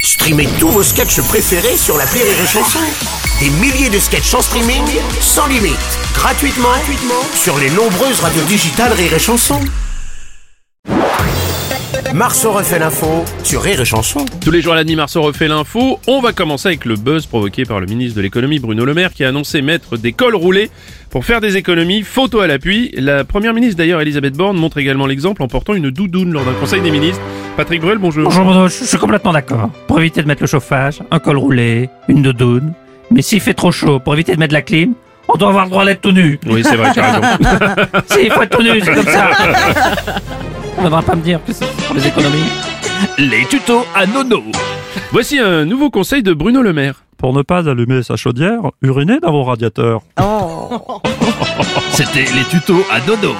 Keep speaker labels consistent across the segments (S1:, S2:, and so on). S1: Streamez tous vos sketchs préférés sur la Rire et Chanson. Des milliers de sketchs en streaming, sans limite, gratuitement, gratuitement sur les nombreuses radios digitales Rire et Chanson. Marceau refait l'info sur Rire et Chanson.
S2: Tous les jours à la nuit, Marceau refait l'info. On va commencer avec le buzz provoqué par le ministre de l'économie Bruno Le Maire qui a annoncé mettre des cols roulés pour faire des économies, photo à l'appui. La première ministre d'ailleurs, Elisabeth Borne, montre également l'exemple en portant une doudoune lors d'un conseil des ministres. Patrick Bruel, bonjour.
S3: Bonjour Bruno, je je suis complètement d'accord. Pour éviter de mettre le chauffage, un col roulé, une doudoune. Mais s'il fait trop chaud, pour éviter de mettre la clim, on doit avoir le droit d'être tout nu.
S2: Oui, c'est vrai, tu as raison.
S3: si, il faut être tout nu, c'est comme ça. On ne devrait pas me dire que c'est pour les économies.
S4: Les tutos à Nono.
S2: Voici un nouveau conseil de Bruno Le Maire.
S5: Pour ne pas allumer sa chaudière, urinez dans vos radiateurs.
S4: C'était les tutos à Nono.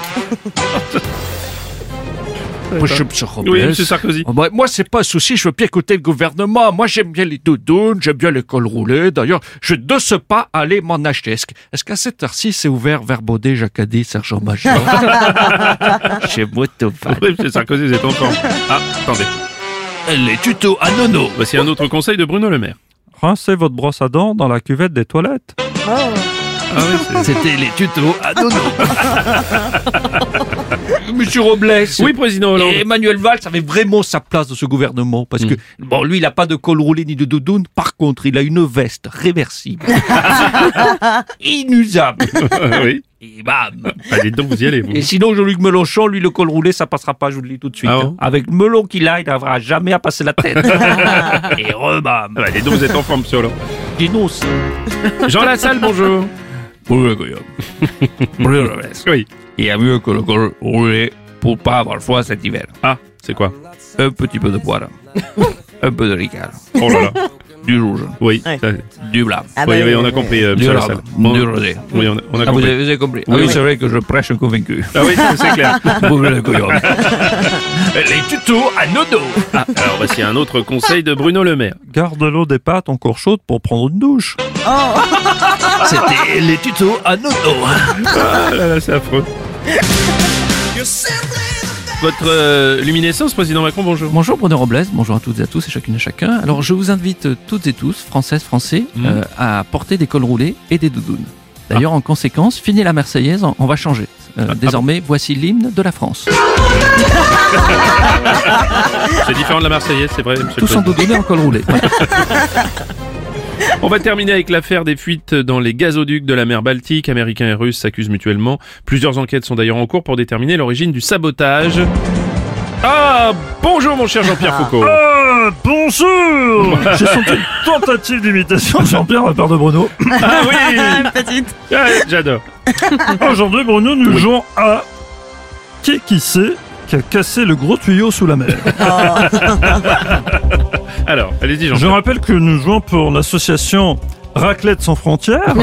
S4: Moi, je suis Monsieur Robles.
S2: Oui, monsieur Sarkozy.
S4: Ah, bah, moi, c'est pas un souci, je veux bien écouter le gouvernement. Moi, j'aime bien les doudounes, j'aime bien les cols roulés. D'ailleurs, je de ce pas aller m'en acheter. Est-ce que- est-ce qu'à cette heure-ci, c'est ouvert vers Baudet, Jacadé, Sergent Major Chez Motovan.
S2: Oui, monsieur Sarkozy, vous êtes encore. Ah, attendez.
S4: Les tutos à Nono.
S2: Voici un autre conseil de Bruno Le Maire.
S5: Rincez votre brosse à dents dans la cuvette des toilettes.
S2: Ah oui, c'est-
S4: C'était les tutos à Nono. Monsieur Robles.
S2: Oui, président Hollande.
S4: Et Emmanuel Valls avait vraiment sa place dans ce gouvernement parce que
S6: Mm.
S4: bon, lui, il n'a pas de col roulé ni de doudoune. Par contre, il a une veste réversible, inusable.
S2: oui.
S4: Et bam.
S2: Bah, dites donc, vous y allez, vous.
S4: Et sinon, Jean-Luc Mélenchon, lui, le col roulé, ça passera pas. Je vous le dis tout de suite.
S2: Ah bon
S4: Avec le melon qu'il a, il n'arrivera jamais à passer la tête. Et rebam.
S2: Bah, dites donc, vous êtes en forme, monsieur Hollande.
S4: Dénonce.
S2: Jean Lassalle, bonjour.
S6: Bonjour, Guillaume. Bonjour, Lorenz.
S2: Oui.
S6: Il y a mieux que le col roulé pour pas avoir froid cet hiver.
S2: Ah, c'est quoi
S6: Un petit peu de poire, un peu de ricard,
S2: Oh là là.
S6: du rouge,
S2: Oui. ça-
S6: du blanc,
S4: Ah
S2: oui, oui, on a compris, euh,
S6: du
S2: monsieur
S6: rhum,
S2: Lassalle.
S6: du
S2: Bon,
S6: rosé.
S2: Oui, on a, on a
S6: Ah, vous,
S2: compris.
S6: avez, vous avez compris Ah oui, c'est vrai que je prêche convaincu.
S2: Ah oui, c'est clair.
S6: Bonjour, Guillaume.
S4: Les tutos à nono.
S2: Ah, alors voici un autre conseil de Bruno Le Maire.
S5: Garde l'eau des pattes encore chaude pour prendre une douche.
S4: C'était les tutos à nono.
S2: Ah là là, c'est affreux. Votre euh, luminescence, président Macron, bonjour.
S7: Bonjour Bruno Robles, bonjour à toutes et à tous et chacune et chacun. Alors je vous invite euh, toutes et tous, françaises, français,
S5: Mm.
S7: euh, à porter des cols roulés et des doudounes.
S5: Ah.
S7: D'ailleurs, en conséquence, fini la Marseillaise, on- on va changer. Euh, désormais, voici l'hymne de la France.
S2: C'est différent de la Marseillaise, c'est vrai, monsieur le
S7: Tous en
S2: président.
S7: doudoune et en col roulé.
S2: On va terminer avec l'affaire des fuites dans les gazoducs de la mer Baltique. Américains et Russes s'accusent mutuellement. Plusieurs enquêtes sont d'ailleurs en cours pour déterminer l'origine du sabotage. Ah, bonjour mon cher Jean-Pierre Foucault.
S5: Euh, bonjour J'ai senti une tentative d'imitation de Jean-Pierre à la part de Bruno.
S2: Ah oui Ah, J'adore.
S5: Aujourd'hui, Bruno, nous jouons à... Qui qui sait qui a cassé le gros tuyau sous la mer
S2: Alors, allez-y
S5: Je
S2: Jean-Pierre.
S5: rappelle que nous jouons pour l'association Raclette sans frontières,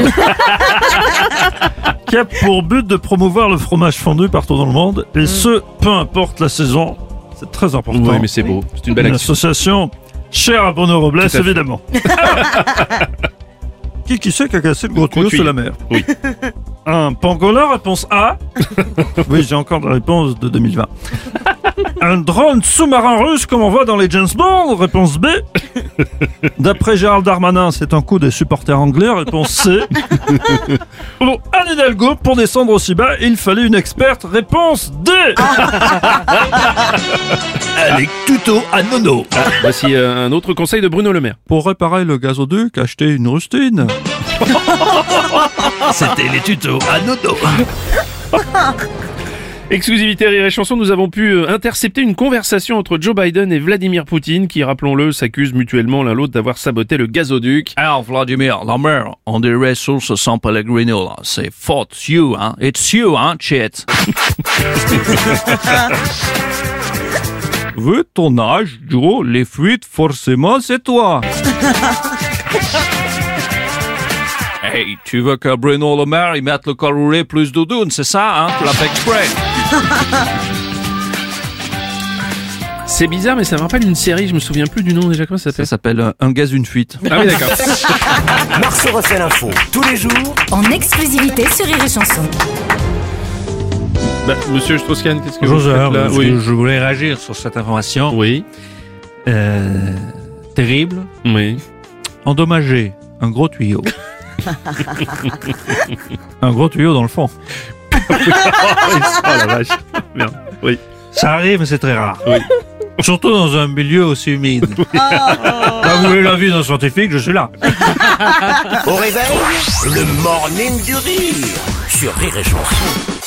S5: qui a pour but de promouvoir le fromage fondu partout dans le monde, et ce, peu importe la saison, c'est très important.
S2: Oui, mais c'est beau. C'est une belle
S5: Une
S2: action.
S5: association chère à Bruno Robles,
S2: fait.
S5: évidemment. qui qui sait qui a cassé le gros tuyau
S2: tuyau.
S5: sur la mer
S2: Oui.
S5: Un pangolin, réponse A. oui, j'ai encore la réponse de 2020. Un drone sous-marin russe comme on voit dans les James Bond, réponse B. D'après Gérald Darmanin, c'est un coup des supporters anglais, réponse C. Bon, Anne Hidalgo, pour descendre aussi bas, il fallait une experte, réponse D.
S4: Les tutos à nono.
S2: Voici euh, un autre conseil de Bruno Le Maire.
S5: Pour réparer le gazoduc, acheter une rustine.
S4: C'était les tutos à nono.
S2: Exclusivité Rire et Chanson, nous avons pu euh, intercepter une conversation entre Joe Biden et Vladimir Poutine qui, rappelons-le, s'accusent mutuellement l'un l'autre d'avoir saboté le gazoduc.
S6: Alors, Vladimir, la mer, on des ressources sans pellegrino, là. C'est fort, you, hein. It's you, hein, chet.
S5: Vu ton âge, Joe, les fuites, forcément, c'est toi.
S6: Hey, tu veux que Bruno Le Maire, il mette le col roulé plus doudoune, c'est ça, hein? Tu l'as fait exprès.
S2: C'est bizarre, mais ça me rappelle une série, je me souviens plus du nom déjà, comment ça
S7: Ça
S2: s'appelle
S7: s'appelle euh, Un gaz, une fuite.
S2: Ah oui, d'accord.
S1: Marceau refait l'info tous les jours
S8: en exclusivité sur Rire et Chanson.
S2: Bah, monsieur Strauss-Kahn, qu'est-ce que vous
S5: Bonjour,
S2: faites là
S5: monsieur.
S2: Oui.
S6: Je voulais réagir sur cette information.
S2: Oui.
S6: Euh, Terrible.
S2: Oui.
S6: Endommagé. Un gros tuyau.
S5: Un gros tuyau dans le fond.
S2: Oh la vache. Merde. Oui.
S5: Ça arrive, mais c'est très rare.
S2: Oui.
S5: Surtout dans un milieu aussi humide. Quand vous voulez l'avis d'un scientifique, je suis là.
S1: Au réveil, le morning du rire sur Rire et Chanson.